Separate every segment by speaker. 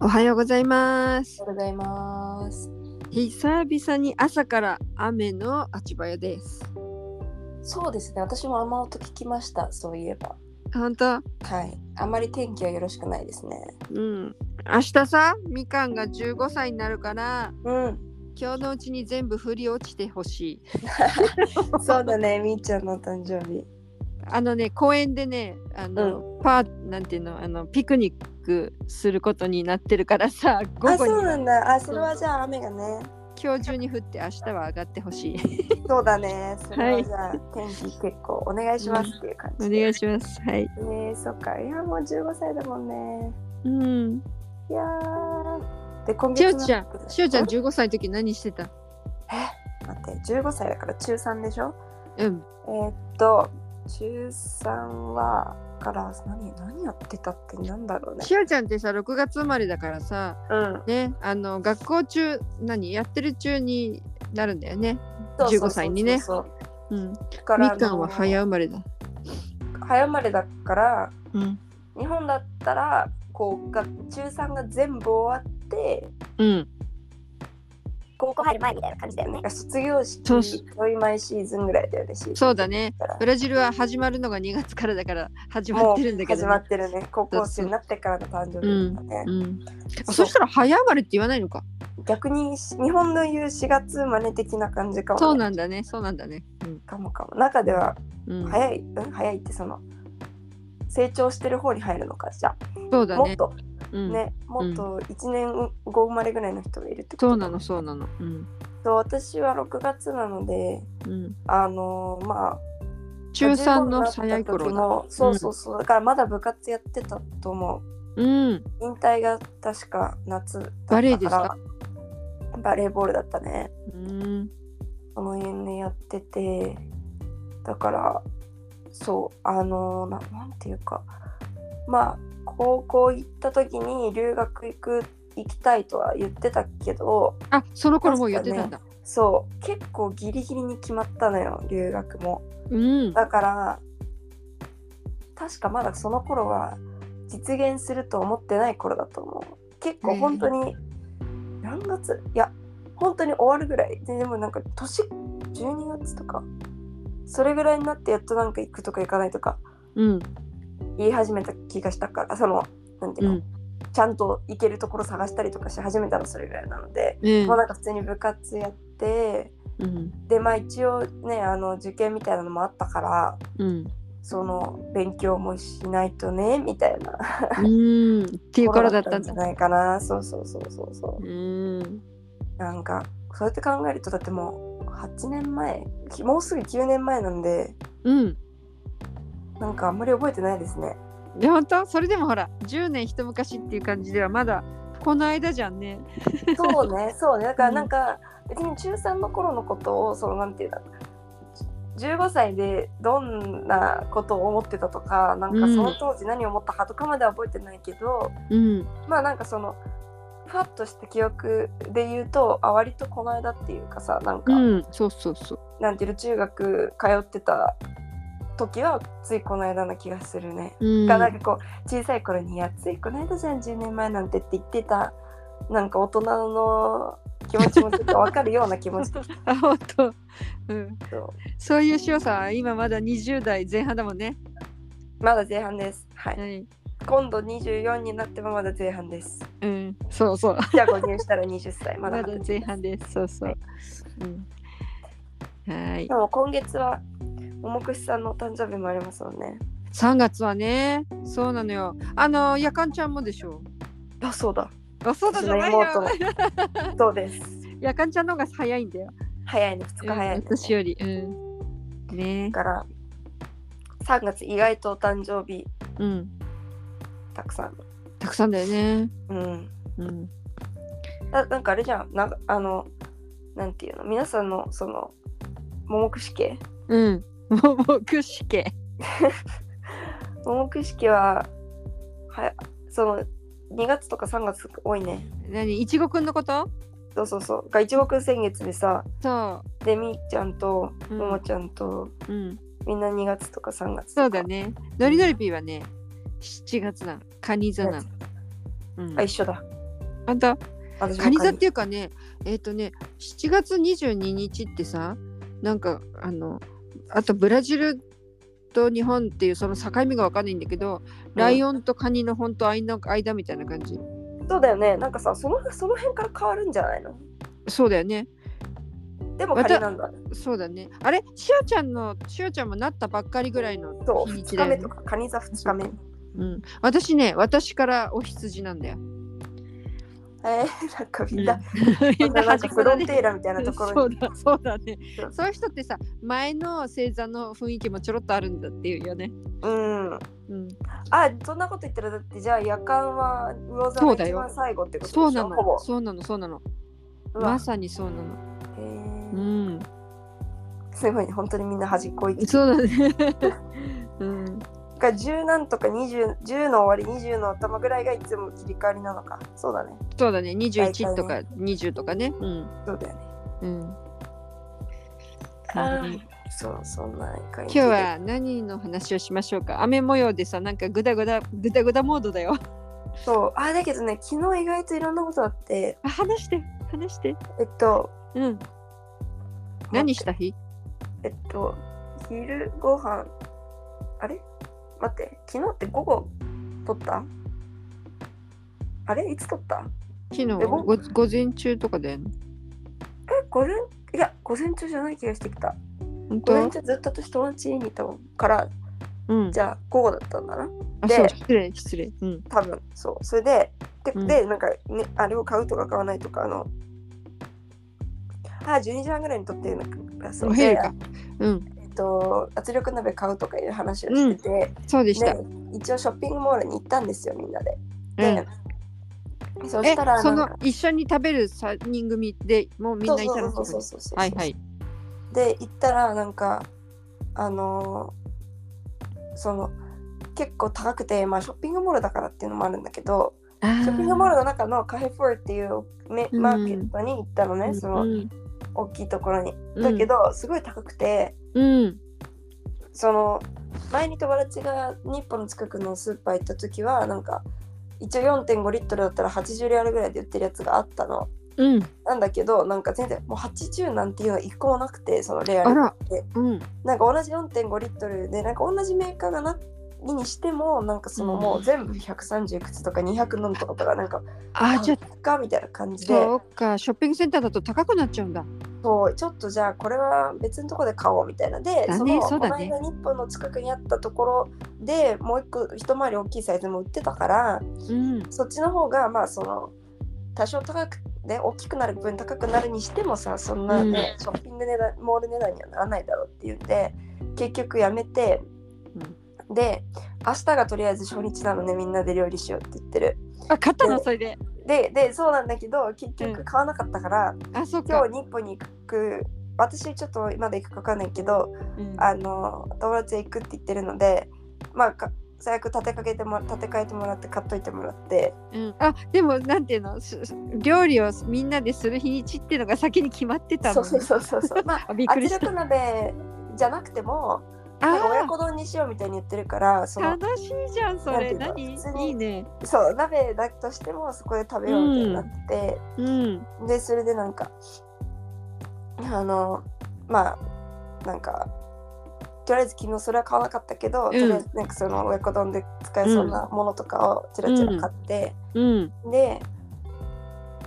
Speaker 1: おはようございます
Speaker 2: お。はようございます。
Speaker 1: 久々に朝から雨の足早です。
Speaker 2: そうですね。私も雨音聞きました。そういえば。
Speaker 1: 本当
Speaker 2: はい。あまり天気はよろしくないですね。
Speaker 1: うん。明日さ、みかんが15歳になるから、
Speaker 2: うん。
Speaker 1: 今日のうちに全部降り落ちてほしい。
Speaker 2: そう だね。みーちゃんの誕生日。
Speaker 1: あのね、公園でね、あの、パー、なんていうの、あの、ピクニックすることになってるからさ、午
Speaker 2: あ、
Speaker 1: 後
Speaker 2: そう
Speaker 1: に
Speaker 2: なんだ。あ、それはじゃあ雨がね。
Speaker 1: 今日中に降って明日は上がってほ しい。
Speaker 2: そうだね。それ
Speaker 1: は
Speaker 2: はいじゃあ、天気結構お願いしますっていう感
Speaker 1: お
Speaker 2: じで。
Speaker 1: 願いします。はい。
Speaker 2: ねえ、そっか。いや、もう15歳だもんね。
Speaker 1: うん。
Speaker 2: いやー。で、今
Speaker 1: し
Speaker 2: 月
Speaker 1: お
Speaker 2: の
Speaker 1: ちゃん、しおちゃん15歳の時何してた
Speaker 2: え、待って。15歳だから中3でしょ
Speaker 1: うん。
Speaker 2: えーっと、中3は、から何何やってたってなんだろうね。
Speaker 1: しおちゃんってさ、6月生まれだからさ、
Speaker 2: うん。
Speaker 1: ね、あの学校中何やってる中になるんだよね。
Speaker 2: そうそうそう
Speaker 1: 15
Speaker 2: そう
Speaker 1: 歳にね
Speaker 2: そう
Speaker 1: うん、
Speaker 2: だか
Speaker 1: み
Speaker 2: ら
Speaker 1: かんは
Speaker 2: あ
Speaker 1: 早生まれだ。
Speaker 2: の早生まれだから、
Speaker 1: うん、
Speaker 2: 日本だったら、こうが中3が全部終わって、
Speaker 1: うん、
Speaker 2: 高校入る前みたいな感じだよね。卒業式、
Speaker 1: そうそ
Speaker 2: ちょい前シーズンぐらいだよね。シーズン
Speaker 1: そうだね
Speaker 2: から
Speaker 1: ブラジルは始まるのが2月からだから始ま
Speaker 2: も
Speaker 1: ってるん
Speaker 2: う
Speaker 1: だけど、
Speaker 2: 始
Speaker 1: ね。
Speaker 2: まってるね。高校生になってからの誕生日だったね。
Speaker 1: うん、あ
Speaker 2: そ
Speaker 1: そうしたら早生まれって言わないのか。
Speaker 2: 逆にし日本の言う4月生まれ的な感じかも、ね。
Speaker 1: そうなんだね、そうなんだね。うん
Speaker 2: かもかも。中では
Speaker 1: うん、
Speaker 2: 早い、うん、早いってその成長してる方に入るのかじゃ
Speaker 1: そう
Speaker 2: あ
Speaker 1: だ
Speaker 2: もっ
Speaker 1: ね。
Speaker 2: と
Speaker 1: うん、
Speaker 2: ね、もっと1年後生まれぐらいの人がいるってこと
Speaker 1: そうなの、そうなの。うん、
Speaker 2: そう私は6月なので
Speaker 1: うん、
Speaker 2: あのーまあ
Speaker 1: 中3
Speaker 2: 15にな
Speaker 1: の
Speaker 2: った
Speaker 1: 早い頃
Speaker 2: 時
Speaker 1: だ。
Speaker 2: もそうそうそうだからまだ部活やってたと思う
Speaker 1: うん、
Speaker 2: 引退が確か夏だったから
Speaker 1: バレーですか
Speaker 2: バレーボールだったね
Speaker 1: うん、
Speaker 2: その辺でやっててだからそうあのななんていうかまあ高校行った時に留学行く行きたいとは言ってたけど
Speaker 1: あ、その頃もうやってたんだ。
Speaker 2: そう結構ギリギリに決まったのよ留学も
Speaker 1: うん、
Speaker 2: だから確かまだその頃は実現すると思ってない頃だと思う結構本当に何月いや本当に終わるぐらいででもなんか年12月とかそれぐらいになってやっとなんか行くとか行かないとか
Speaker 1: うん、
Speaker 2: 言い始めた気がしたからそのなんていう
Speaker 1: う
Speaker 2: の、
Speaker 1: ん、
Speaker 2: ちゃんと行けるところ探したりとかし始めたのそれぐらいなので、
Speaker 1: ね
Speaker 2: もうなんか普通に部活やって
Speaker 1: うん、
Speaker 2: でまあ一応ねあの受験みたいなのもあったから
Speaker 1: うん。
Speaker 2: その勉強もしないとねみたいな
Speaker 1: うんっていう頃だったん
Speaker 2: じ
Speaker 1: だ
Speaker 2: ゃ。ないかなそうそうそうそうそう
Speaker 1: うん。
Speaker 2: なんかそうやって考えるとだってもう8年前きもうすぐ9年前なんで
Speaker 1: うん。
Speaker 2: なんかあんまり覚えてないで すね
Speaker 1: で本当それでもほら10年一昔っていう感じではまだこの間じゃんね。
Speaker 2: そうねそうねだから
Speaker 1: うん
Speaker 2: なんか別に中3の頃のことをそのなんていうんだろう15歳でどんなことを思ってたとかなんかその当時何を思ったかとかまでは覚えてないけど、
Speaker 1: うん。
Speaker 2: まあなんかそのふわっとした記憶で言うとあ割とこの間っていうかさなんか、
Speaker 1: うん。そうそうそう。
Speaker 2: なんていうの中学通ってた時はついこの間な気がするね。
Speaker 1: うん。
Speaker 2: がなんかこう小さい頃に「いやついこの間じゃん10年前なんて」って言ってたなんか大人の気持ちもちょっと分かるような気持ちだけ
Speaker 1: あ本当。うん。
Speaker 2: ど
Speaker 1: そういう塩さん今まだ20代前半だもんね。
Speaker 2: まだ前半です。は、
Speaker 1: はいい。
Speaker 2: 今度24になってもまだ前半です。
Speaker 1: うん。そうそう。
Speaker 2: じゃあ入したら20歳 ま
Speaker 1: ま
Speaker 2: だ
Speaker 1: だ
Speaker 2: 二十歳
Speaker 1: 前半です。そうそう。うん。はい
Speaker 2: で。も今月は重くしさんのお誕生日もありますもんね。
Speaker 1: 3月はね、そうなのよ。あのやかんちゃんもでしょ。
Speaker 2: あそうだ。
Speaker 1: あそうだ
Speaker 2: 私
Speaker 1: じゃ
Speaker 2: の
Speaker 1: ないよ。
Speaker 2: 妹の。そうです。
Speaker 1: やかんちゃんの方が早いんだよ。
Speaker 2: 早いの、2日早い
Speaker 1: うん
Speaker 2: の、
Speaker 1: 私より。うん。ね
Speaker 2: だから、3月意外とお誕生日
Speaker 1: うん。
Speaker 2: たくさん。
Speaker 1: たくさんだよね。
Speaker 2: うん。
Speaker 1: うん。
Speaker 2: ななんかあれじゃん。なあの、なんていうの皆さんの、その、桃串家
Speaker 1: うん。ももくしけ。
Speaker 2: 桃串家は、はその、2月とか3月多いね。
Speaker 1: 何いちごくんのこと
Speaker 2: そうそうそう。が一国先月でさ、
Speaker 1: そ
Speaker 2: で、みーちゃんと、
Speaker 1: うん
Speaker 2: ももちゃんと、
Speaker 1: う。うん。
Speaker 2: みんな2月とか3月と
Speaker 1: そ
Speaker 2: か。
Speaker 1: うだね。のりのりぴーはね、7月なの。カニ座なの。うん
Speaker 2: あ、。一緒だ。
Speaker 1: あんた
Speaker 2: 私も
Speaker 1: カニ座っていうかねえっ、とね7月22日ってさなんかあのあとブラジルと日本っていうその境目がわかんないんだけど、ライオンとカニの本当間間みたいな感じ
Speaker 2: そうだよねなんかさそのその辺から変わるんじゃないの
Speaker 1: そうだよね
Speaker 2: でもカニなんだ
Speaker 1: そうだねあれしおちゃんのしおちゃんもなったばっかりぐらいの
Speaker 2: そう
Speaker 1: 日に
Speaker 2: 2
Speaker 1: ち
Speaker 2: 日
Speaker 1: だ
Speaker 2: 目
Speaker 1: よね
Speaker 2: とかカニ座2日目
Speaker 1: うん、私ね私からお羊なんだよ
Speaker 2: えー、なんか みんな、
Speaker 1: みんな
Speaker 2: なん
Speaker 1: 端
Speaker 2: か
Speaker 1: っこ
Speaker 2: フ
Speaker 1: だ
Speaker 2: ロンテ
Speaker 1: ね
Speaker 2: ーラみたいなとこ
Speaker 1: そ
Speaker 2: ろ
Speaker 1: う
Speaker 2: に
Speaker 1: だそうだね
Speaker 2: そう
Speaker 1: そういう人ってさ前の星座の雰囲気もちょろっとあるんだっていうよね、
Speaker 2: うん
Speaker 1: うん、
Speaker 2: あそんなこと言ったらだってじゃあ夜間は魚座
Speaker 1: そ
Speaker 2: の
Speaker 1: うだ
Speaker 2: 一
Speaker 1: よ
Speaker 2: 番最後ってことでしょ
Speaker 1: そうな
Speaker 2: ほぼ
Speaker 1: のそうなのそうなの
Speaker 2: うわ
Speaker 1: まさにそうなの
Speaker 2: へ
Speaker 1: う
Speaker 2: ー
Speaker 1: ん
Speaker 2: すごいね本当にみんな端っこ行き
Speaker 1: そうだね うん
Speaker 2: が10何とか20 10の終わり20の頭ぐらいがいつも切り替わりなのかそうだね
Speaker 1: そうだね21と
Speaker 2: 大
Speaker 1: か20とかねうん
Speaker 2: そうだよね
Speaker 1: うん
Speaker 2: あそうそんな感
Speaker 1: 今
Speaker 2: じ
Speaker 1: 日
Speaker 2: で
Speaker 1: は何の話をしましょうか雨模様でさなんかグダグダグダグダモードだよ
Speaker 2: そうあだけどね昨日意外といろんなことあって
Speaker 1: あ話して話して
Speaker 2: えっと
Speaker 1: うん何した日
Speaker 2: えっと昼ご飯あれ待って昨日って午後撮ったあれいつ撮った
Speaker 1: 昨日
Speaker 2: えご
Speaker 1: ご午前中とかだよね
Speaker 2: え午前いや午前中じゃない気がしてきた
Speaker 1: 本
Speaker 2: 午前
Speaker 1: 当
Speaker 2: 中ずっと私友達家にいたもんから
Speaker 1: うん
Speaker 2: じゃあ午後だったんだな
Speaker 1: あ
Speaker 2: で
Speaker 1: そう失礼失礼うん
Speaker 2: 多分そうそれでで,、
Speaker 1: うん
Speaker 2: でなんか、ね、あれを買うとか買わないとかあのあ12時半ぐらいに撮ってるのかそ
Speaker 1: お
Speaker 2: う
Speaker 1: 昼
Speaker 2: で、
Speaker 1: かうん
Speaker 2: えっと、圧力鍋買うとかいう話をしてて、
Speaker 1: そうでした
Speaker 2: で一応ショッピングモールに行ったんですよみんなで。
Speaker 1: う
Speaker 2: で
Speaker 1: ん、
Speaker 2: そ
Speaker 1: え
Speaker 2: したら
Speaker 1: そ
Speaker 2: なん
Speaker 1: の
Speaker 2: か
Speaker 1: 一緒に食べる三人組でもうみんないたの
Speaker 2: そうそうそうそうそうそうそう
Speaker 1: はいはい
Speaker 2: で行ったらなんかあのーその結構高くて、まあ、ショッピングモールだからっていうのもあるんだけど
Speaker 1: シ
Speaker 2: ショッピングモー
Speaker 1: ル
Speaker 2: ルの中のカフェフォーっていうめ
Speaker 1: うん
Speaker 2: マーケットに行ったのね、その
Speaker 1: うん
Speaker 2: 大きいところに。
Speaker 1: うん
Speaker 2: だけどすごい高くて
Speaker 1: うん
Speaker 2: その前に友達が日本の近くのスーパー行った時はなんか一応4.5リットルだったら80リアルぐらいで売ってるやつがあったの。
Speaker 1: うん
Speaker 2: なんだけどなんか全然もう80なんていうのは一個もなくてそのレア
Speaker 1: あ
Speaker 2: ル
Speaker 1: ら
Speaker 2: で
Speaker 1: うん
Speaker 2: なんか同じ4.5リットルでなんか同じメーカーがなにしてもなんかそのもう全部130靴とか200のとかとかなんか
Speaker 1: あじゃあ
Speaker 2: かみたいな感じで
Speaker 1: そうかショッピングセンターだと高くなっちゃうんだ
Speaker 2: そうちょっとじゃあこれは別のとこで買おうみたいなで、
Speaker 1: だね
Speaker 2: そ
Speaker 1: そう
Speaker 2: のこの
Speaker 1: だね
Speaker 2: 間日本の近くにあったところでもう一個一回り大きいサイズも売ってたから
Speaker 1: うん
Speaker 2: そっちの方がまあその多少高くね大きくなる分高くなるにしてもさそんな、ねショッピング値段モール値段にはならないだろうって言って結局やめて、で明日がとりあえず初日なのねみんなで料理しようって言ってる
Speaker 1: あ買ったのそれで
Speaker 2: ででそうなんだけど結局買わなかったから、
Speaker 1: あそう
Speaker 2: 今
Speaker 1: か
Speaker 2: 日日本に行く私ちょっとまだ行くか分かんないけど
Speaker 1: うん
Speaker 2: あの友達へ行くって言ってるのでまあか最悪立てかけても立て替えてもらって買っといてもらって
Speaker 1: うんあでもなんていうのすす料理をみんなでする日にちっていうのが先に決まってた
Speaker 2: そ
Speaker 1: の
Speaker 2: うそうそうそう そうまあ
Speaker 1: あびっく
Speaker 2: 圧
Speaker 1: りした
Speaker 2: 力鍋じゃなくてもなんか親
Speaker 1: あ
Speaker 2: 子丼にしようみたいに言ってるからそ
Speaker 1: ー
Speaker 2: の
Speaker 1: 楽しいじゃんそれ
Speaker 2: なん
Speaker 1: 何
Speaker 2: ていうの普通に
Speaker 1: いいね
Speaker 2: そう鍋だとしてもそこで食べようみたいになって、
Speaker 1: うん
Speaker 2: でそれでなんかあのまあなんかとりあえず昨日それは買わなかったけど、
Speaker 1: ん
Speaker 2: とりあえずなんかその親子丼で使えそうなものとかをちらちら買って、
Speaker 1: うん
Speaker 2: で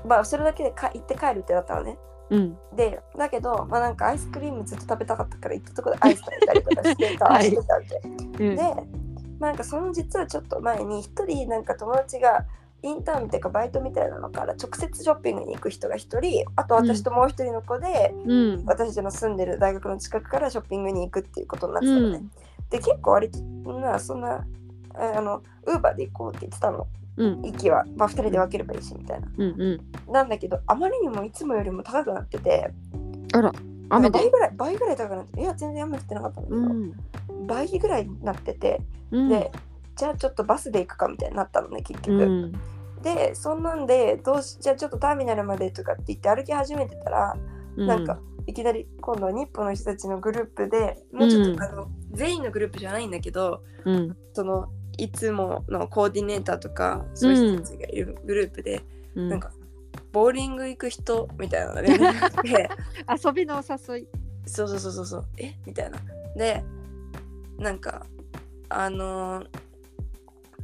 Speaker 2: まあそれだけでか行って帰るってなったのね
Speaker 1: うん
Speaker 2: でだけどまあなんかアイスクリームずっと食べたかったから行ったとこでアイス食べたりとかしてた
Speaker 1: はい
Speaker 2: してたわけ
Speaker 1: うん
Speaker 2: で、まあ、なんかその実はちょっと前に一人なんか友達がインターンっていうかバイトみたいなのから直接ショッピングに行く人が一人あと私ともう一人の子で、
Speaker 1: うん
Speaker 2: 私たちの住んでる大学の近くからショッピングに行くっていうことになってた
Speaker 1: う
Speaker 2: のね。
Speaker 1: ん
Speaker 2: で結構割とまあそんなああのウーバーで行こうって言ってたの
Speaker 1: うん
Speaker 2: 息は、まあ、2人で分ければいいしみたいな。
Speaker 1: うんうん
Speaker 2: なんだけどあまりにもいつもよりも高くなってて
Speaker 1: 雨で
Speaker 2: 倍ぐらい倍ぐらい高くなっていや全然雨降ってなかったんだけ
Speaker 1: う
Speaker 2: ど、
Speaker 1: ん
Speaker 2: 倍ぐらいになってて。
Speaker 1: うん
Speaker 2: でじゃあちょっとバスで行くかみたいになったのね結
Speaker 1: う
Speaker 2: 局、
Speaker 1: ん
Speaker 2: でそんなんでどうしじゃあちょっとターミナルまでとかって言って歩き始めてたら、
Speaker 1: うん
Speaker 2: なんかいきなり今度は日本の人たちのグループでもうちょっと、
Speaker 1: うん
Speaker 2: あの全員のグループじゃないんだけど
Speaker 1: うん
Speaker 2: そのいつものコーディネーターとかそういう人たちがいるグループで、
Speaker 1: うん
Speaker 2: なんかボーリング行く人みたいなの連絡来て
Speaker 1: 遊びのお誘い。
Speaker 2: そうそうそうそうそうえみたいなでなんかあの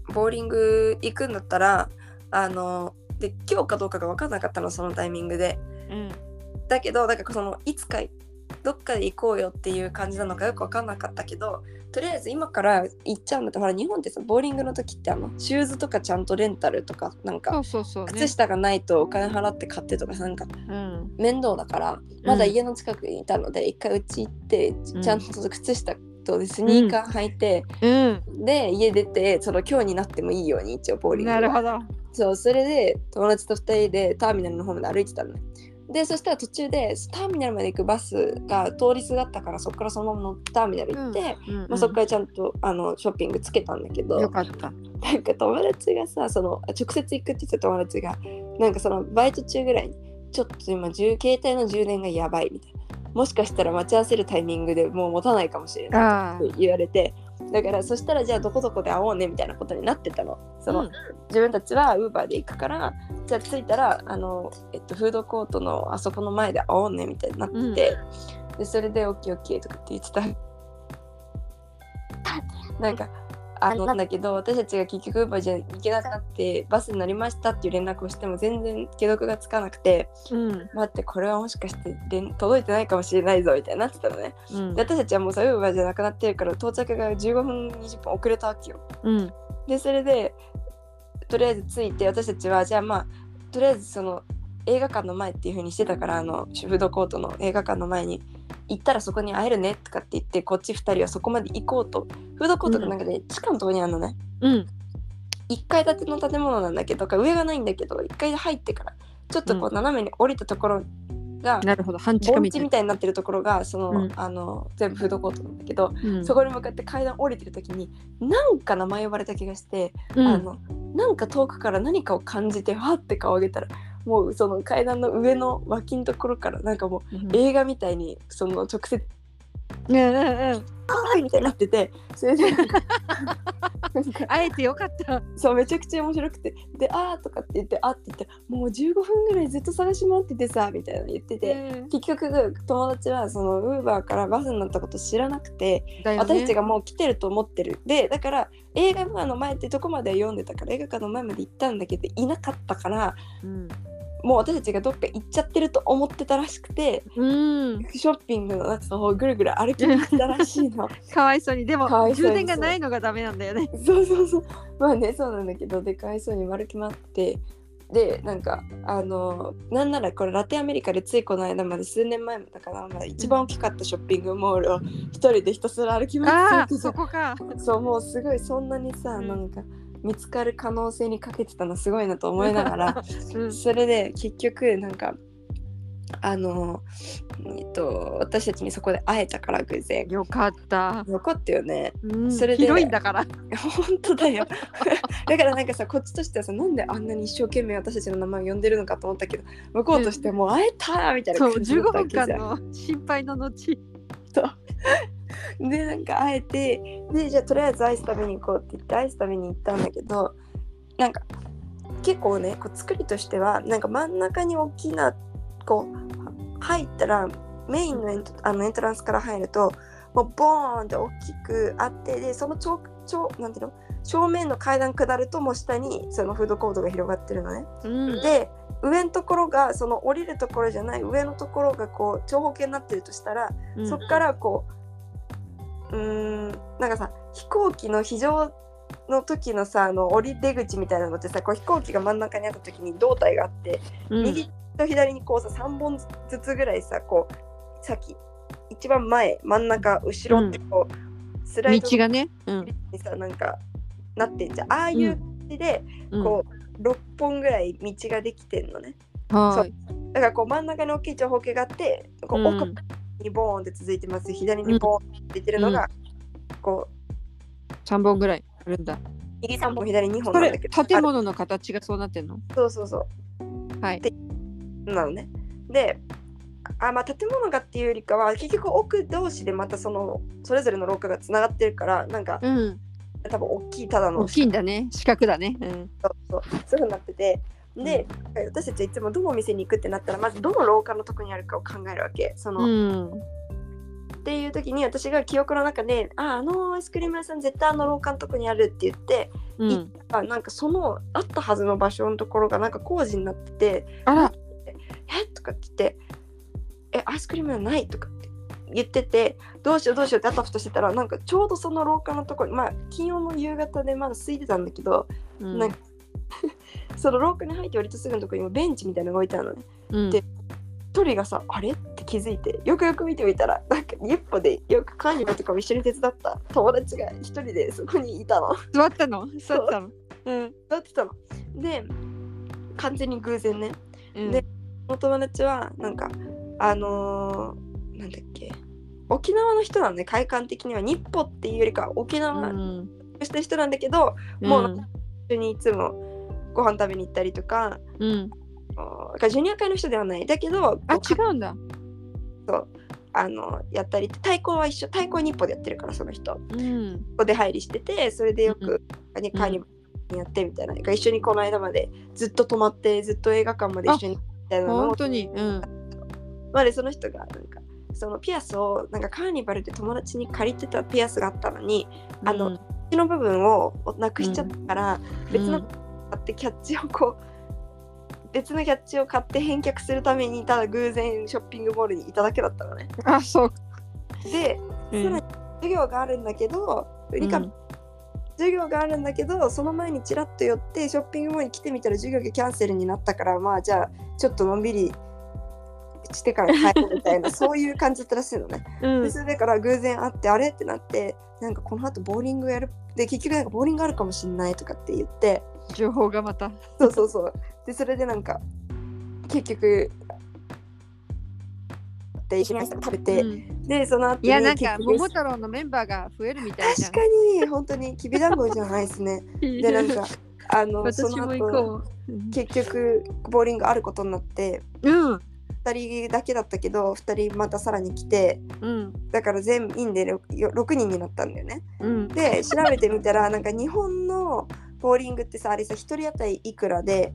Speaker 2: ーボーリング行くんだったらあのーで今日かどうかが分かんなかったのそのタイミングで
Speaker 1: うん
Speaker 2: だけどなんかそのいつかどっかで行こうよっていう感じなのかよく分かんなかったけどとりあえず今から行っちゃうんだったらほら日本ってさボーリングの時ってあのシューズとかちゃんとレンタルとかなん
Speaker 1: そ
Speaker 2: か
Speaker 1: うそうそう、ね。
Speaker 2: 靴下がないとお金払って買ってとかさなんか
Speaker 1: うん。
Speaker 2: 面倒だからまだ家の近くにいたので、一回うち行ってち
Speaker 1: うん
Speaker 2: ちゃんとその靴下とスニーカー履いて、
Speaker 1: うん。
Speaker 2: で家出てその今日になってもいいように一応ボーリング
Speaker 1: なるほど。
Speaker 2: そうそれで友達と2人でターミナルの方まで歩いてたのねでそしたら途中でターミナルまで行くバスが通りすがったからそこからそのまま乗ってターミナル行って、
Speaker 1: うん
Speaker 2: まあ、そこからちゃんとあのショッピングつけたんだけど
Speaker 1: よかった。
Speaker 2: なんか友達がさその直接行くって言ってた友達がなんかそのバイト中ぐらいにちょっと今充携帯の充電がやばいみたいなもしかしたら待ち合わせるタイミングでもう持たないかもしれない
Speaker 1: ああ
Speaker 2: って言われてだからそしたらじゃあどこどこで会おうねみたいなことになってたのその、
Speaker 1: うん
Speaker 2: 自分たちはウーバーで行くからじゃあ着いたらあの、えっと、フードコートのあそこの前で会おうねみたいになって、
Speaker 1: うん
Speaker 2: でそれで「オッケーオッケー」とかって言ってた なんかあのなんだけど私たちが結局ウーバーじゃ行けなくなってバスに乗りましたっていう連絡をしても全然既読がつかなくて
Speaker 1: うん。
Speaker 2: 待ってこれはもしかして連届いてないかもしれないぞみたいになってたのね。
Speaker 1: うん
Speaker 2: で。私たちはもうさウーバーじゃなくなってるから到着が15分20分遅れたわけよ
Speaker 1: うん。
Speaker 2: でそれでとりあえず着いて私たちはじゃあまあとりあえずその映画館の前っていう風にしてたからあのフードコートの映画館の前に行ったらそこに会えるねとかって言ってこっち2人はそこまで行こうとフードコートの中で地下のところにあるのね、
Speaker 1: うん。
Speaker 2: 1階建ての建物なんだけどか上がないんだけど1階で入ってからちょっとこう斜めに降りたところが、
Speaker 1: なるほど。半地下
Speaker 2: 盆
Speaker 1: み
Speaker 2: 地
Speaker 1: たい
Speaker 2: み
Speaker 1: な。
Speaker 2: たいになってるところがその、
Speaker 1: うん
Speaker 2: あの全部フードコートなんだけど、
Speaker 1: うん
Speaker 2: そこに向かって階段降りてる時になんか名前呼ばれた気がして、
Speaker 1: うん
Speaker 2: あのなんか遠くから何かを感じてわって顔上げたらもうその階段の上の脇のところからなんかも
Speaker 1: うん
Speaker 2: う映画みたいにその直接
Speaker 1: うんうんうん。
Speaker 2: 「あーみたいになっててそれでなんかなんか
Speaker 1: 会えてよかった。
Speaker 2: そうめちゃくちゃ面白くて「であー」とかって言って「あ」って言って「もう15分ぐらいずっと探し回っててさ」みたいなの言ってて。
Speaker 1: うん
Speaker 2: 結局友達はそのウーバーからバスになったこと知らなくて、
Speaker 1: だよね
Speaker 2: 私たちがもう来てると思ってるでだから映画館の前ってとこまでは読んでたから映画館の前まで行ったんだけどいなかったから
Speaker 1: うん。
Speaker 2: もう私たちがどっか行っちゃってると思ってたらしくて
Speaker 1: うん。
Speaker 2: ショッピングの中の方をぐるぐる歩き回ったらし いの
Speaker 1: かわいそうに。でも
Speaker 2: かわいそうに
Speaker 1: 充電がないのがダメなんだよね。
Speaker 2: そうそうそうまあねそうなんだけどでかわいそうに歩き回ってでなんかあのなんならこれラテンアメリカでついこの間まで数年前だからまあ一番大きかったショッピングモールを一人でひたすら歩き回
Speaker 1: あ
Speaker 2: っ
Speaker 1: あ、
Speaker 2: て
Speaker 1: そこか。
Speaker 2: そうもうすごいそんなにさ、
Speaker 1: うん
Speaker 2: なんか見つかる可能性にかけてたのすごいなと思いながら
Speaker 1: うん。
Speaker 2: それで結局なんかあのえっと私たちにそこで会えたから偶然
Speaker 1: よかった。
Speaker 2: よかったよね
Speaker 1: うん
Speaker 2: それで
Speaker 1: 広いんだから。
Speaker 2: 本当だよ だからなんかさこっちとしてはさなんであんなに一生懸命私たちの名前を呼んでるのかと思ったけど向こうとしてはもう会えたみたいな
Speaker 1: そう、
Speaker 2: 感じだっ
Speaker 1: 15
Speaker 2: たわ
Speaker 1: 分
Speaker 2: けじ
Speaker 1: 間
Speaker 2: ゃん
Speaker 1: の心配の後。
Speaker 2: でなんか会えてでじゃあとりあえずアイス食べに行こうって言ってアイス食べに行ったんだけどなんか結構ねこう作りとしてはなんか真ん中に大きなこう入ったらメインのエントあのエントランスから入るともうボーンって大きくあってでそのちょちょなんていうの正面の階段下るともう下にそのフードコートが広がってるのね。
Speaker 1: うん。
Speaker 2: で上のところがその降りるところじゃない上のところがこう長方形になってるとしたら
Speaker 1: うん
Speaker 2: そっからこううーんなんかさ飛行機の非常の時のさあの降り出口みたいなのってさこう飛行機が真ん中にあった時に胴体があって、
Speaker 1: うん
Speaker 2: 右と左にこうさ3本ずつぐらいさこう先一番前真ん中後ろってこう、スライド
Speaker 1: 道がね。うん。
Speaker 2: にさなんかなってんじゃんああいう感じで、
Speaker 1: うん
Speaker 2: こう6本ぐらい道ができてんのね
Speaker 1: はーい。
Speaker 2: だからこう真ん中に大きい長方形があってこう
Speaker 1: うん
Speaker 2: 奥にボーンって続いてます、左にボーンって続いてるのが、こう
Speaker 1: 三本ぐらいあるんだ。
Speaker 2: 右3本左2本
Speaker 1: そ
Speaker 2: なん
Speaker 1: れ
Speaker 2: だけど
Speaker 1: 建物の形がそうなってんの。
Speaker 2: あそうそうそ
Speaker 1: はい。
Speaker 2: うなのねであまあ建物がっていうよりかは結局奥同士でまたそのそれぞれの廊下がつながってるからなんか
Speaker 1: うん。
Speaker 2: 多分大きいただの
Speaker 1: 大きいんだね。四角だね。うん。
Speaker 2: そうそうそういうふうになっててで、私たちはいつもどのお店に行くってなったらまずどの廊下のとこにあるかを考えるわけその、
Speaker 1: うん
Speaker 2: っていう時に私が記憶の中で「ああのアイスクリーム屋さん絶対あの廊下のとこにある」って言って、
Speaker 1: うん、
Speaker 2: あなんかそのあったはずの場所のところがなんか工事になってて
Speaker 1: あら
Speaker 2: 「えとかって言って「えアイスクリーム屋ない」とかって言っててどうしようどうしようってあたふたしてたらなんかちょうどその廊下のとこにまあ金曜の夕方でまだ空いてたんだけど、
Speaker 1: うん
Speaker 2: なんか その廊下に入って割とすぐのとこにもベンチみたいなのが置いてあるのね
Speaker 1: うん
Speaker 2: で一人がさあれって気づいてよくよく見てみたらなんか一歩でよく管理とかも一緒に手伝った友達が一人でそこにいたの。
Speaker 1: 座ったの座ったの
Speaker 2: うん、だってたの。で完全に偶然ね
Speaker 1: うん
Speaker 2: でお友達はなんかあのーなんだっけ沖縄の人なのね会館的には日歩っていうよりかは沖縄の
Speaker 1: ん
Speaker 2: してる人なんだけど、もう一緒にいつもご飯食べに行ったりとか
Speaker 1: うん、
Speaker 2: あのだからジュニア会の人ではないだけど
Speaker 1: あ
Speaker 2: こう
Speaker 1: 違うんだ
Speaker 2: あのやったりって太鼓は一緒太鼓は日歩でやってるからその人こ
Speaker 1: うん
Speaker 2: こで入りしててそれでよく、ね、
Speaker 1: うん
Speaker 2: カーニバルやってみたいなのが一緒にこの間までずっと泊まってずっと映画館まで一緒に行ったみたいなのを
Speaker 1: 本当にうん
Speaker 2: まあでその人がなんかそのピアスをなんかカーニバルで友達に借りてたピアスがあったのにあの
Speaker 1: うん
Speaker 2: こっちの部分をなくしちゃったから、別の
Speaker 1: うん
Speaker 2: 買ってキャッチをこう別のキャッチを買って返却するためにただ偶然ショッピングモールにいただけだったのね。
Speaker 1: あそう
Speaker 2: で
Speaker 1: うん
Speaker 2: さらに授業があるんだけど、ウニカ
Speaker 1: うん
Speaker 2: 授業があるんだけどその前にちらっと寄ってショッピングモールに来てみたら授業がキャンセルになったからまあじゃあちょっとのんびりしてから帰るみたい なそういう感じだったらしいのね。
Speaker 1: うん
Speaker 2: でそれだから偶然会ってあれってなってなんかこの後ボーリングやるで結局なんかボーリングあるかもしんないとかって言って
Speaker 1: 情報がまた
Speaker 2: そうそうそうでそれでなんか結局で一緒にアイス食べて、
Speaker 1: うん
Speaker 2: でその後に
Speaker 1: いやなんか
Speaker 2: 結局
Speaker 1: 桃太郎のメンバーが増えるみたいじゃん
Speaker 2: 確かに本当にきびだんごじゃないで すね。
Speaker 1: に
Speaker 2: でなんかあの
Speaker 1: 私
Speaker 2: その
Speaker 1: も行
Speaker 2: 後
Speaker 1: こううん
Speaker 2: 結局ボーリングあることになって
Speaker 1: うん
Speaker 2: 2人だけだったけど2人またさらに来て
Speaker 1: うん
Speaker 2: だから全員で 6, 6人になったんだよね。
Speaker 1: うん
Speaker 2: で調べてみたらなんか日本のボーリングってさあれさ1人当たりいくらで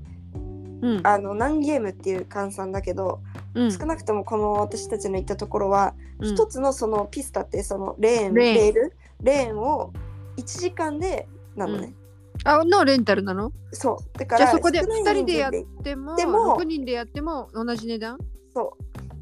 Speaker 1: うん
Speaker 2: あの何ゲームっていう換算だけど
Speaker 1: うん
Speaker 2: 少なくともこの私たちの行ったところは
Speaker 1: うん
Speaker 2: 一つのそのピスタってそのレーン
Speaker 1: レーン
Speaker 2: レールレーンを1時間でなのね、
Speaker 1: あのレンタルなの
Speaker 2: そうだから
Speaker 1: じゃあそこで
Speaker 2: 少ない
Speaker 1: 二人でやっ
Speaker 2: 人数
Speaker 1: でも
Speaker 2: でも
Speaker 1: 6人でやっても同じ値段
Speaker 2: そう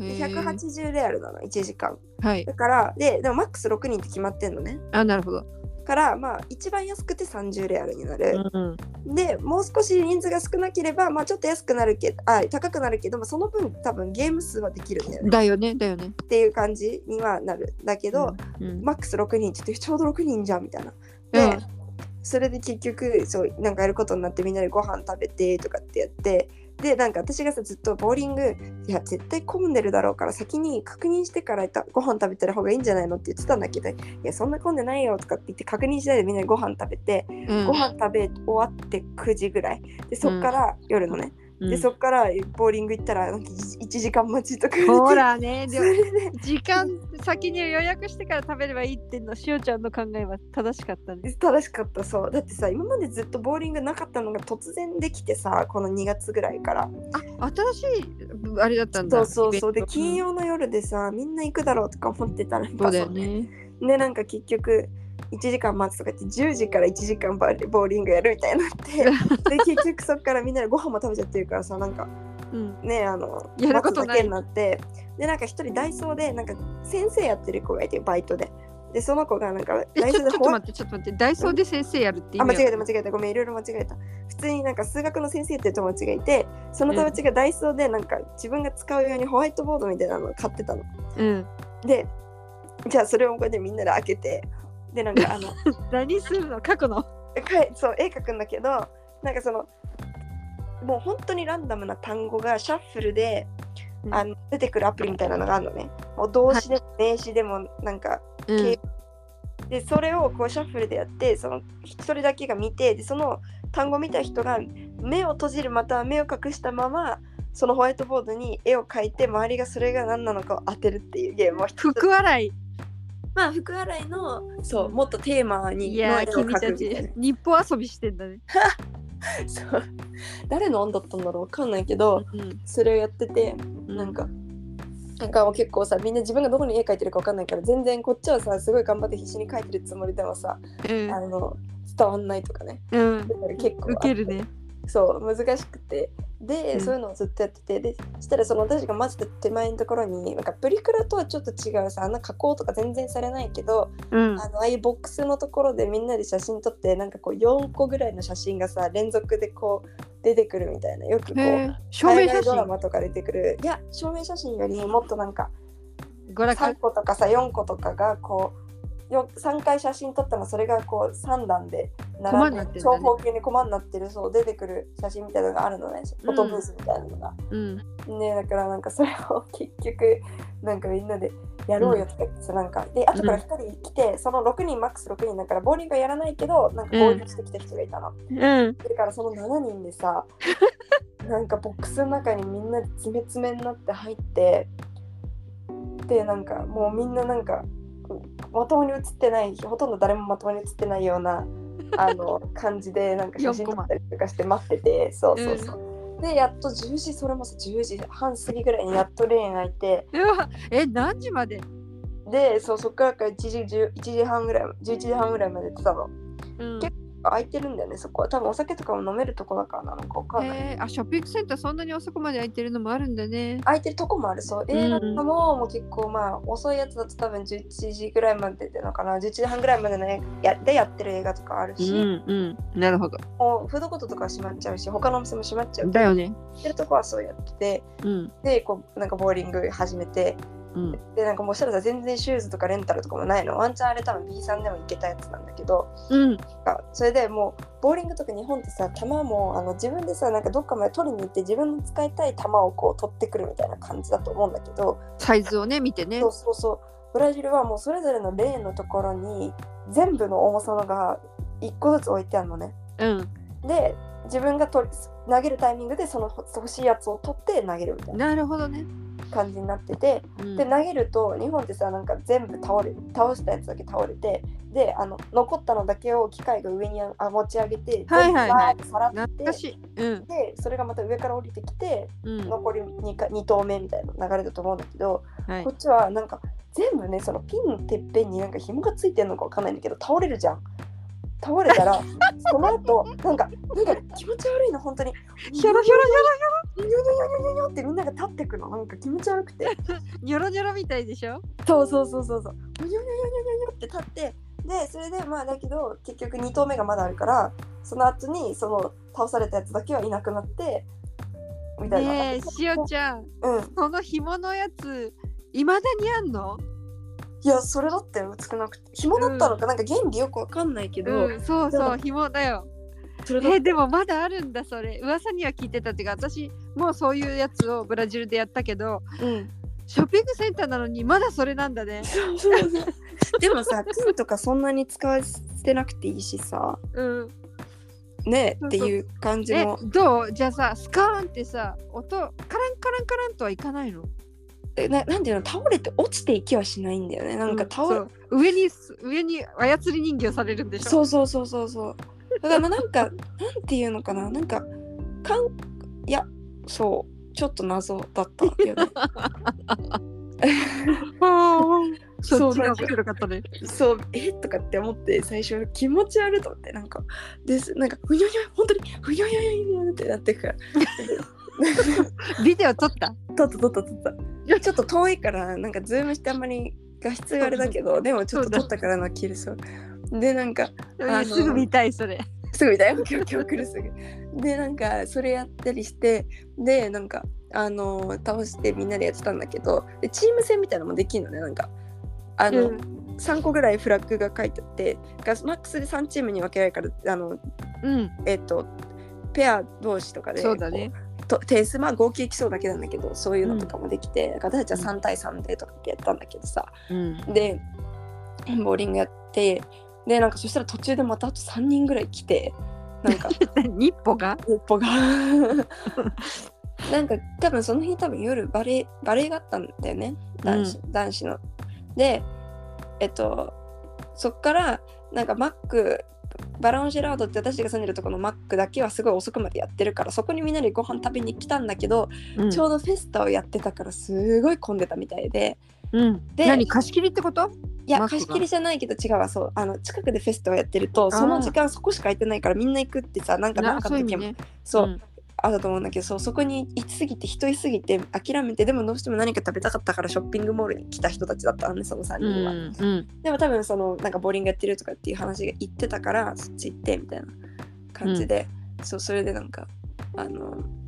Speaker 1: へ
Speaker 2: で
Speaker 1: ー
Speaker 2: 180レアルなの1時間
Speaker 1: はい
Speaker 2: だからででもマックス6人って決まってんのね
Speaker 1: あなるほど
Speaker 2: からまあ一番安くて30レアルにな
Speaker 1: う
Speaker 2: る、
Speaker 1: ん
Speaker 2: でもう少し人数が少なければまあちょっと安くなるけどあ高くなるけどもその分多分ゲーム数はできるんだよね
Speaker 1: だよねだよね
Speaker 2: っていう感じにはなるだけど、
Speaker 1: うん
Speaker 2: マックス6人ちょっとちょうど6人じゃんみたいな。で、
Speaker 1: うん
Speaker 2: それで結局そうなんかやることになってみんなでご飯食べてとかってやってでなんか私がさずっとボーリングいや絶対混んでるだろうから先に確認してからたご飯食べてる方がいいんじゃないのって言ってたんだけどいやそんな混んでないよとかって言って確認しないでみんなでご飯食べて、
Speaker 1: うん
Speaker 2: ご飯食べ終わって9時ぐらいでそっから、夜のね、
Speaker 1: うん
Speaker 2: でそっからボーリング行ったらなんか1時間待ちとか言われて
Speaker 1: ほらねで
Speaker 2: そ
Speaker 1: も
Speaker 2: れで
Speaker 1: 時間先に予約してから食べればいいってのしおちゃんの考えは正しかったね。
Speaker 2: 正しかった そうだってさ今までずっとボーリングなかったのが突然できてさこの2月ぐらいから
Speaker 1: あ新しいあれだったん
Speaker 2: そ
Speaker 1: だ。
Speaker 2: うそうそうで金
Speaker 1: 曜
Speaker 2: 曜の夜でさみんな行くだろうとか思ってたら
Speaker 1: そうだよね。
Speaker 2: でなんか結局1時間待つとか言って10時から1時間バレボーリングやるみたいになって で結局そっからみんなでご飯も食べちゃってるからさなんか
Speaker 1: うん。
Speaker 2: ねあの
Speaker 1: やること
Speaker 2: 待つだ
Speaker 1: ない
Speaker 2: けになってでなんか一人ダイソーでなんか先生やってる子がいてバイトででその子がなんか
Speaker 1: えち
Speaker 2: ダイ
Speaker 1: ょ
Speaker 2: ソ
Speaker 1: ち
Speaker 2: ー
Speaker 1: ょ
Speaker 2: で
Speaker 1: っと待ってちょっと待ってダイソーで先生やるって意
Speaker 2: あ間
Speaker 1: 味
Speaker 2: 違えた間違えたごめんいろいろ間違えた普通になんか数学の先生っていう友達がいてその友達がダイソーでなんか自分が使うようにホワイトボードみたいなのを買ってたの
Speaker 1: うん。
Speaker 2: でじゃあそれをこうやってみんなで開けてでなんかあの
Speaker 1: 何するの書くの。
Speaker 2: かいそう絵描くんだけどなんかそのもう本当にランダムな単語がシャッフルで、
Speaker 1: うん
Speaker 2: あの出てくるアプリみたいなのがあるのねもう動詞でも名詞でもなんか
Speaker 1: うん。
Speaker 2: でそれをこうシャッフルでやってその一人だけが見てでその単語見た人が目を閉じるまたは目を隠したままそのホワイトボードに絵を描いて周りがそれが何なのかを当てるっていうゲームを一つ
Speaker 1: 福笑い。
Speaker 2: まあ福洗いのそうもっとテーマに
Speaker 1: いや
Speaker 2: の絵
Speaker 1: ー
Speaker 2: を
Speaker 1: 君
Speaker 2: 描
Speaker 1: た
Speaker 2: くみたいな
Speaker 1: ち日本遊びしてんだね。
Speaker 2: そう誰の案だったんだろうわかんないけどそれをやっててなんかなんかもう結構さみんな自分がどこに絵描いてるかわかんないから全然こっちはさすごい頑張って必死に描いてるつもりでもさ
Speaker 1: う
Speaker 2: あ
Speaker 1: ん
Speaker 2: の伝わんないとかね
Speaker 1: うん
Speaker 2: だから結構あ
Speaker 1: 受けるね
Speaker 2: そう難しくてで、
Speaker 1: うん
Speaker 2: そういうのをずっとやっててでそしたらその私が混ぜた手前のところになんかプリクラとはちょっと違うさあんな加工とか全然されないけど、
Speaker 1: うん
Speaker 2: あのああいうボックスのところでみんなで写真撮ってなんかこう4個ぐらいの写真がさ連続でこう出てくるみたいなよくこ
Speaker 1: へえ
Speaker 2: う
Speaker 1: 証明写
Speaker 2: 海外ドラ
Speaker 1: 真
Speaker 2: マとか出てくるいや証明写真よりももっとなんか
Speaker 1: 娯
Speaker 2: 3
Speaker 1: 楽
Speaker 2: 個とかさ4個とかがこうよ3回写真撮ってもそれがこう3段で並ん
Speaker 1: コマにな
Speaker 2: で
Speaker 1: ってるんだね
Speaker 2: 長方形にコマになってるそう出てくる写真みたいなのがあるのねフォトブースみたいなのが、
Speaker 1: うん
Speaker 2: ねだからなんかそれを結局なんかみんなでやろうよとか言ってさ、なんかで後から1人来てその6人マックス6人だからボーリングはやらないけどなんか合流してきた人がいた
Speaker 1: う
Speaker 2: の、
Speaker 1: ん
Speaker 2: だからその7人でさなんかボックスの中にみんなで詰め詰めになって入ってでなんかもうみんななんかこうまともに写ってないほとんど誰もまともに写ってないようなあの感じでなんか写真撮ったりとかして待っててそうそうそう。でやっと10時それもさ10時半過ぎぐらいにやっとレーン開いて
Speaker 1: うわえ何時まで
Speaker 2: でそうそっからから1時10 1時半ぐらい11時半ぐらいまでやってたの
Speaker 1: うん
Speaker 2: 結開いてるんだよねそこは多分お酒とかも飲めるとこだからなのかわかんない
Speaker 1: へえあショッピングセンターそんなに遅くまで空いてるのもあるんだね
Speaker 2: 空いてるとこもあるそう
Speaker 1: うん
Speaker 2: 映画とかも,、もう結構まあ遅いやつだと多分11時ぐらいまでってのかな11時半ぐらいまでの映画やでやってる映画とかある
Speaker 1: う
Speaker 2: し、
Speaker 1: んうんなるほど
Speaker 2: もうフードコートとかは閉まっちゃうし他のお店も閉まっちゃう
Speaker 1: だよね
Speaker 2: やってるとこはそうやってて
Speaker 1: うん
Speaker 2: でこうなんかボーリング始めて
Speaker 1: うん
Speaker 2: でなんかもうしたらさ全然シューズとかレンタルとかもないのワンチャンあれ多分 B さんでも行けたやつなんだけど
Speaker 1: うん
Speaker 2: なんかそれでもうボーリングとか日本ってさ球もあの自分でさなんかどっかまで取りに行って自分の使いたい球をこう取ってくるみたいな感じだと思うんだけど
Speaker 1: サイズをね見てね
Speaker 2: そうそうそうブラジルはもうそれぞれのレーンのところに全部の重さのが1個ずつ置いてあるのね
Speaker 1: うん
Speaker 2: で自分が取り投げるタイミングでそのほ欲しいやつを取って投げるみたいな
Speaker 1: なるほどね
Speaker 2: 感じになってて
Speaker 1: うん
Speaker 2: で投げると日本ってさなんか全部倒れ倒したやつだけ倒れてであの残ったのだけを機械が上にああ持ち上げて
Speaker 1: はいはいはい
Speaker 2: 全部バーッとさらって
Speaker 1: 懐かしいうん
Speaker 2: でそれがまた上から降りてきて
Speaker 1: うん
Speaker 2: 残り 2, か2投目みたいな流れだと思うんだけど、
Speaker 1: はい
Speaker 2: こっちはなんか全部ねそのピンのてっぺんになんか紐がついてるのかわかんないんだけど倒れるじゃん倒れた らその後なんかなんか気持ち悪いの本当に
Speaker 1: ひょろひょろ
Speaker 2: ニョニョニョニョニョニョってみんなが立ってくのなんか気持ち悪くて
Speaker 1: ニョロニョロみたいでしょ
Speaker 2: そうそうそうそうそうニョニョニョニョニョニョって立ってでそれでまあだけど結局2投目がまだあるからその後にその倒されたやつだけはいなくなってみたいな、
Speaker 1: ねえしおちゃん
Speaker 2: うん
Speaker 1: その紐のやついまだにあんの
Speaker 2: いやそれだったよ少なくて紐だったのか、なんか原理よくわかんないけど、
Speaker 1: うんそう
Speaker 2: で
Speaker 1: そう
Speaker 2: も
Speaker 1: 紐だよ
Speaker 2: それだった
Speaker 1: えでもまだあるんだそれ噂には聞いてたっていうか私もうそういうやつをブラジルでやったけど
Speaker 2: うん、
Speaker 1: ショッピングセンターなのにまだそれなんだね
Speaker 2: でもさ金とかそんなに使わせてなくていいしさ
Speaker 1: うん
Speaker 2: ね
Speaker 1: そうそう
Speaker 2: っていう感じ
Speaker 1: え
Speaker 2: の
Speaker 1: どうじゃあさスカーンってさ音カランカランカランとはいかないの
Speaker 2: えななんていうの倒れて落ちていきはしないんだよねなんか倒れ、
Speaker 1: うんそう上にす上に操り人形されるんでしょ
Speaker 2: そうそうそうそうそうだからまあなんかなんていうのかななんかかんいやそうちょっと謎だったんだよね
Speaker 1: そ
Speaker 2: そうう
Speaker 1: そ
Speaker 2: な
Speaker 1: っ
Speaker 2: ん
Speaker 1: ち
Speaker 2: か
Speaker 1: が面白かったね。
Speaker 2: そうえとかって思って最初気持ち悪いと思ってなんかですなんかふにょにょ本当にふにょにょにょにょにょってなってくから
Speaker 1: ビデオ撮った。
Speaker 2: 撮った撮った撮ったちょっと遠いからなんかズームしてあんまり画質があれだけどでもちょっと撮ったからの切れそうでなんかあの
Speaker 1: すぐ見たいそれ。
Speaker 2: すぐみ たいな今日今日来るすぐでなんかそれやったりしてでなんかあの倒してみんなでやってたんだけどでチーム戦みたいなのもできるのねなんかあの、
Speaker 1: うん
Speaker 2: 3個ぐらいフラッグが書いてあってがマックスで3チームに分けられるからあの
Speaker 1: うん、
Speaker 2: えっ、とペア同士とかで
Speaker 1: そうだね。
Speaker 2: と点数まあ合計競うだけなんだけどそういうのとかもできて、なんか私たちは3対3でとかってやったんだけどさ
Speaker 1: うん。
Speaker 2: でボーリングやってでなんかそしたら途中でまたあと3人ぐらい来てなん か
Speaker 1: 日歩が。
Speaker 2: 日歩が なんか多分その日多分夜バレーバレーがあったんだよね男子,、男子の。でえっとそっからなんかマックバロンジェラードって私が住んでるところのマックだけはすごい遅くまでやってるからそこにみんなでご飯食べに来たんだけど、
Speaker 1: うん
Speaker 2: ちょうどフェスタをやってたからすごい混んでたみたいで
Speaker 1: うん、
Speaker 2: で
Speaker 1: 何貸し切りってこと
Speaker 2: いや
Speaker 1: マックが
Speaker 2: 貸し切りじゃないけど違うわそうあの近くでフェスタをやってるとその時間そこしか空いてないからみんな行くってさなんかなん
Speaker 1: な
Speaker 2: か
Speaker 1: そ
Speaker 2: の
Speaker 1: ういう
Speaker 2: 時
Speaker 1: 意味
Speaker 2: も
Speaker 1: ね。
Speaker 2: そう、
Speaker 1: ん
Speaker 2: あったと思うんだけどそうそこに行きすぎて人いすぎて諦めてでもどうしても何か食べたかったからショッピングモールに来た人たちだったのねその3
Speaker 1: う
Speaker 2: 人は、
Speaker 1: んうん
Speaker 2: でも多分そのなんかボーリングやってるとかっていう話が言ってたからそっち行ってみたいな感じで、そうそれでなんかあの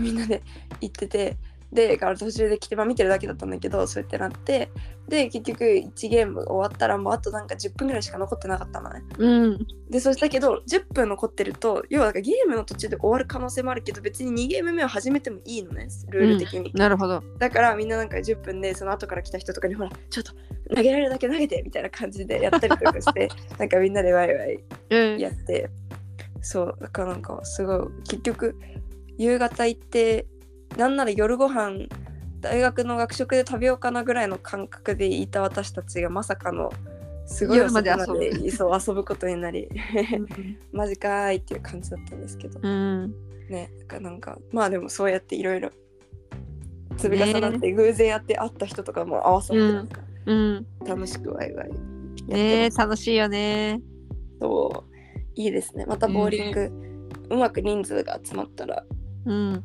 Speaker 2: みんなで行っててでから途中で来て、まあ、見てるだけだったんだけどそうやってなってで結局1ゲーム終わったらもうあとなんか10分ぐらいしか残ってなかったのね
Speaker 1: うん
Speaker 2: でそうしたけど10分残ってると要はなんかゲームの途中で終わる可能性もあるけど別に2ゲーム目を始めてもいいのねルール的に、
Speaker 1: なるほど。
Speaker 2: だからみんななんか10分でその後から来た人とかにほらちょっと投げられるだけ投げてみたいな感じでやったりとかして なんかみんなでワイワイ
Speaker 1: うん
Speaker 2: やってそうだからなんかすごい結局夕方行ってなんなら夜ご飯大学の学食で食べようかなぐらいの感覚でいた私たちがまさかのすごい
Speaker 1: 夜まで遊ぶ
Speaker 2: 遅くまで そう遊ぶことになりマジかーいっていう感じだったんですけど
Speaker 1: うん
Speaker 2: ねだからなんかまあでもそうやっていろいろ積み重なって偶然やって会った人とかも合わさっ
Speaker 1: う
Speaker 2: て
Speaker 1: ん
Speaker 2: なんか
Speaker 1: うん。
Speaker 2: 楽しくワイワイやって
Speaker 1: ねえ
Speaker 2: ます
Speaker 1: 楽しいよね。
Speaker 2: といいですねまたボーリング、うまく人数が集まったら
Speaker 1: うん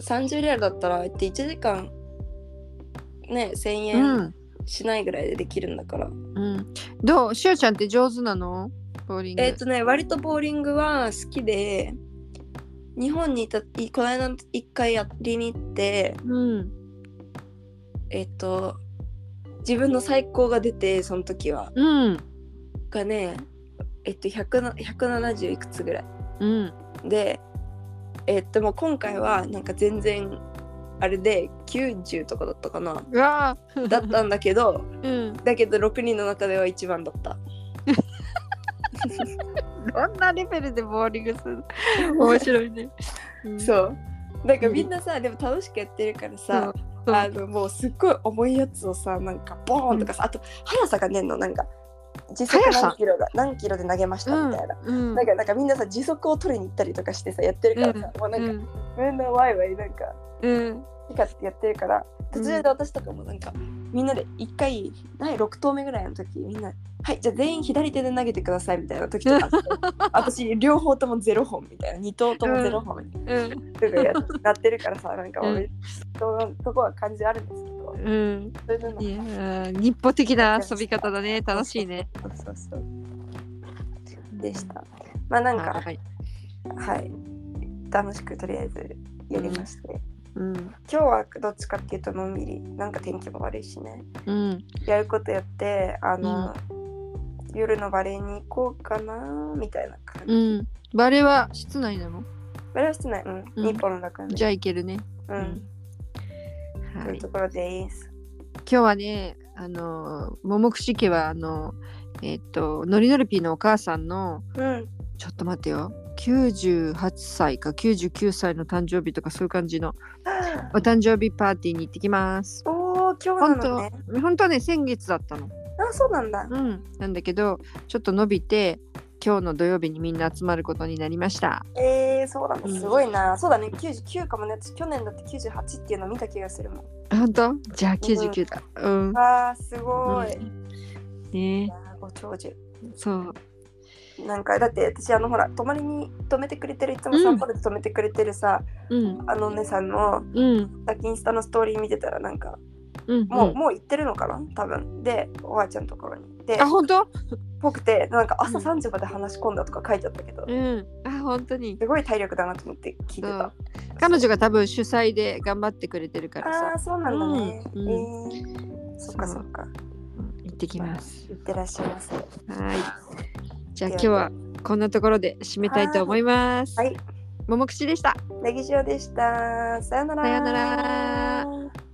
Speaker 2: 30レアルだったらああやって1時間ね1000
Speaker 1: う
Speaker 2: 円
Speaker 1: ん
Speaker 2: しないぐらいでできるんだから、
Speaker 1: うん。どうしおちゃんって上手なの？ボーリング。
Speaker 2: えっ、とね割とボーリングは好きで日本にいたいこの間一回やりに行って
Speaker 1: うん
Speaker 2: えっと自分の最高が出てその時は
Speaker 1: うん
Speaker 2: がねえっと100な170いくつぐらい
Speaker 1: うん
Speaker 2: でえっともう今回はなんか全然あれで90とかだったかな
Speaker 1: うわあ。
Speaker 2: だったんだけど
Speaker 1: うん。
Speaker 2: だけど6人の中では一番だった
Speaker 1: どんなレベルでボーリングする？面白い ね。
Speaker 2: そうなんかみんなさ、でも楽しくやってるからさ、
Speaker 1: そう
Speaker 2: あのもうすっごい重いやつをさなんかボーンとかさ、あと速さがねんのなんか時速
Speaker 1: 速さ
Speaker 2: 何キロが何キロで投げましたみたいな、
Speaker 1: うん。
Speaker 2: なんかなんかみんなさ時速を取りに行ったりとかしてさやってるからさ、もうなんか、みんなワイワイなんか
Speaker 1: うん
Speaker 2: ピカってやってるから途中で私とかもなんか、みんなで1回第6投目ぐらいの時みんな「はいじゃあ全員左手で投げてください」みたいな時 とかあって私両方とも0本みたいな2投とも0本みたい
Speaker 1: うん
Speaker 2: な,、やなってるからさなんか
Speaker 1: うん
Speaker 2: 俺のとこは感じあるんですけ
Speaker 1: う
Speaker 2: ど
Speaker 1: ん。
Speaker 2: それでなんか
Speaker 1: いやー日歩的な遊び方だね。楽しいね。
Speaker 2: そうそうそうでしたまあなんか
Speaker 1: はい。
Speaker 2: はい楽しくとりあえずやりまして、
Speaker 1: うん
Speaker 2: 今日はどっちかっていうとのんびりなんか天気も悪いしね
Speaker 1: うん
Speaker 2: やることやってあの、夜のバレーに行こうかなみたいな感じ、
Speaker 1: うん。バレーは室内なの？
Speaker 2: バレーはしてない、うん
Speaker 1: うん
Speaker 2: 日本の中で
Speaker 1: じゃあいけるね。
Speaker 2: うん、と。
Speaker 1: はいいう
Speaker 2: ところです
Speaker 1: 今日はねあの桃串家はあのえっとノリノリピーのお母さんの
Speaker 2: うん
Speaker 1: ちょっと待ってよ98歳か99歳の誕生日とかそういう感じのお誕生日パーティーに行ってきます。
Speaker 2: おお今日
Speaker 1: 本
Speaker 2: なの
Speaker 1: 当
Speaker 2: ね
Speaker 1: 本当はね先月だったの。
Speaker 2: あそうなんだ
Speaker 1: うん。なんだけどちょっと伸びて今日の土曜日にみんな集まることになりました。
Speaker 2: えー、そうなんだ
Speaker 1: うん
Speaker 2: すごいな、そうだね99かもね私去年だって98っていうの見た気がするもん
Speaker 1: 本当じゃあ99だ。うん。
Speaker 2: わーすごい、
Speaker 1: ね
Speaker 2: あーご長寿
Speaker 1: そう。
Speaker 2: なんかだって私あのほら泊まりに泊めてくれてるいつも
Speaker 1: うん
Speaker 2: 散歩で泊めてくれてるさ、
Speaker 1: うん
Speaker 2: あのお姉さんの
Speaker 1: うん
Speaker 2: さっきインスタのストーリー見てたらなんか
Speaker 1: うん。
Speaker 2: もう、
Speaker 1: ん
Speaker 2: もう行ってるのかな多分でおばあちゃんのところに行って
Speaker 1: あ本当？
Speaker 2: ぽくてなんか朝
Speaker 1: うん
Speaker 2: 3時まで話し込んだとか書いてあったけど、
Speaker 1: うん。あ本当に。
Speaker 2: すごい体力だなと思って聞
Speaker 1: そ
Speaker 2: いてた
Speaker 1: う彼女が多分主催で頑張ってくれてるから
Speaker 2: ああ
Speaker 1: さ
Speaker 2: ーそうなんだね、
Speaker 1: うん
Speaker 2: えーそっか
Speaker 1: そ
Speaker 2: そうっか
Speaker 1: うん行ってきます。
Speaker 2: いってらっしゃいませは
Speaker 1: はい。じゃあ今日はこんなところで締めたいと思います。
Speaker 2: い
Speaker 1: ももくしでした。
Speaker 2: ネギ塩でしたさよなら
Speaker 1: さよなら